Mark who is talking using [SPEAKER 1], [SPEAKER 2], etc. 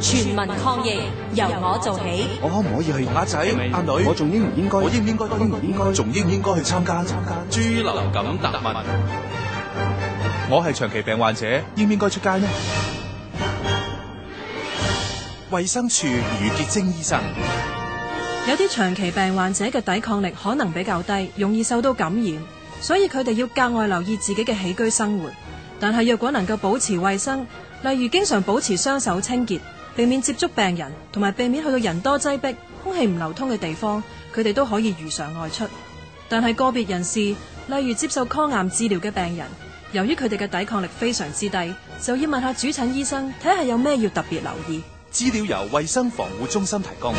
[SPEAKER 1] 全民抗疫，由我做起。
[SPEAKER 2] 我可唔可以去同阿仔、阿女？
[SPEAKER 3] 我仲應唔應該？
[SPEAKER 2] 我應唔應該？應唔應該？仲應唔應該去參加？參加？
[SPEAKER 4] 豬流感答問，
[SPEAKER 2] 我係長期病患者，應唔應該出街呢？衛生署余潔貞醫生，
[SPEAKER 5] 有啲長期病患者嘅抵抗力可能比較低，容易受到感染，所以佢哋要格外留意自己嘅起居生活。但係若果能夠保持衛生，例如經常保持雙手清潔，避免接觸病人，同埋避免去到人多擠迫、空氣唔流通嘅地方，佢哋都可以如常外出。但係個別人士，例如接受抗癌治療嘅病人，由於佢哋嘅抵抗力非常之低，就要問下主診醫生睇下有咩要特別留意。
[SPEAKER 2] 資料由衛生防護中心提供。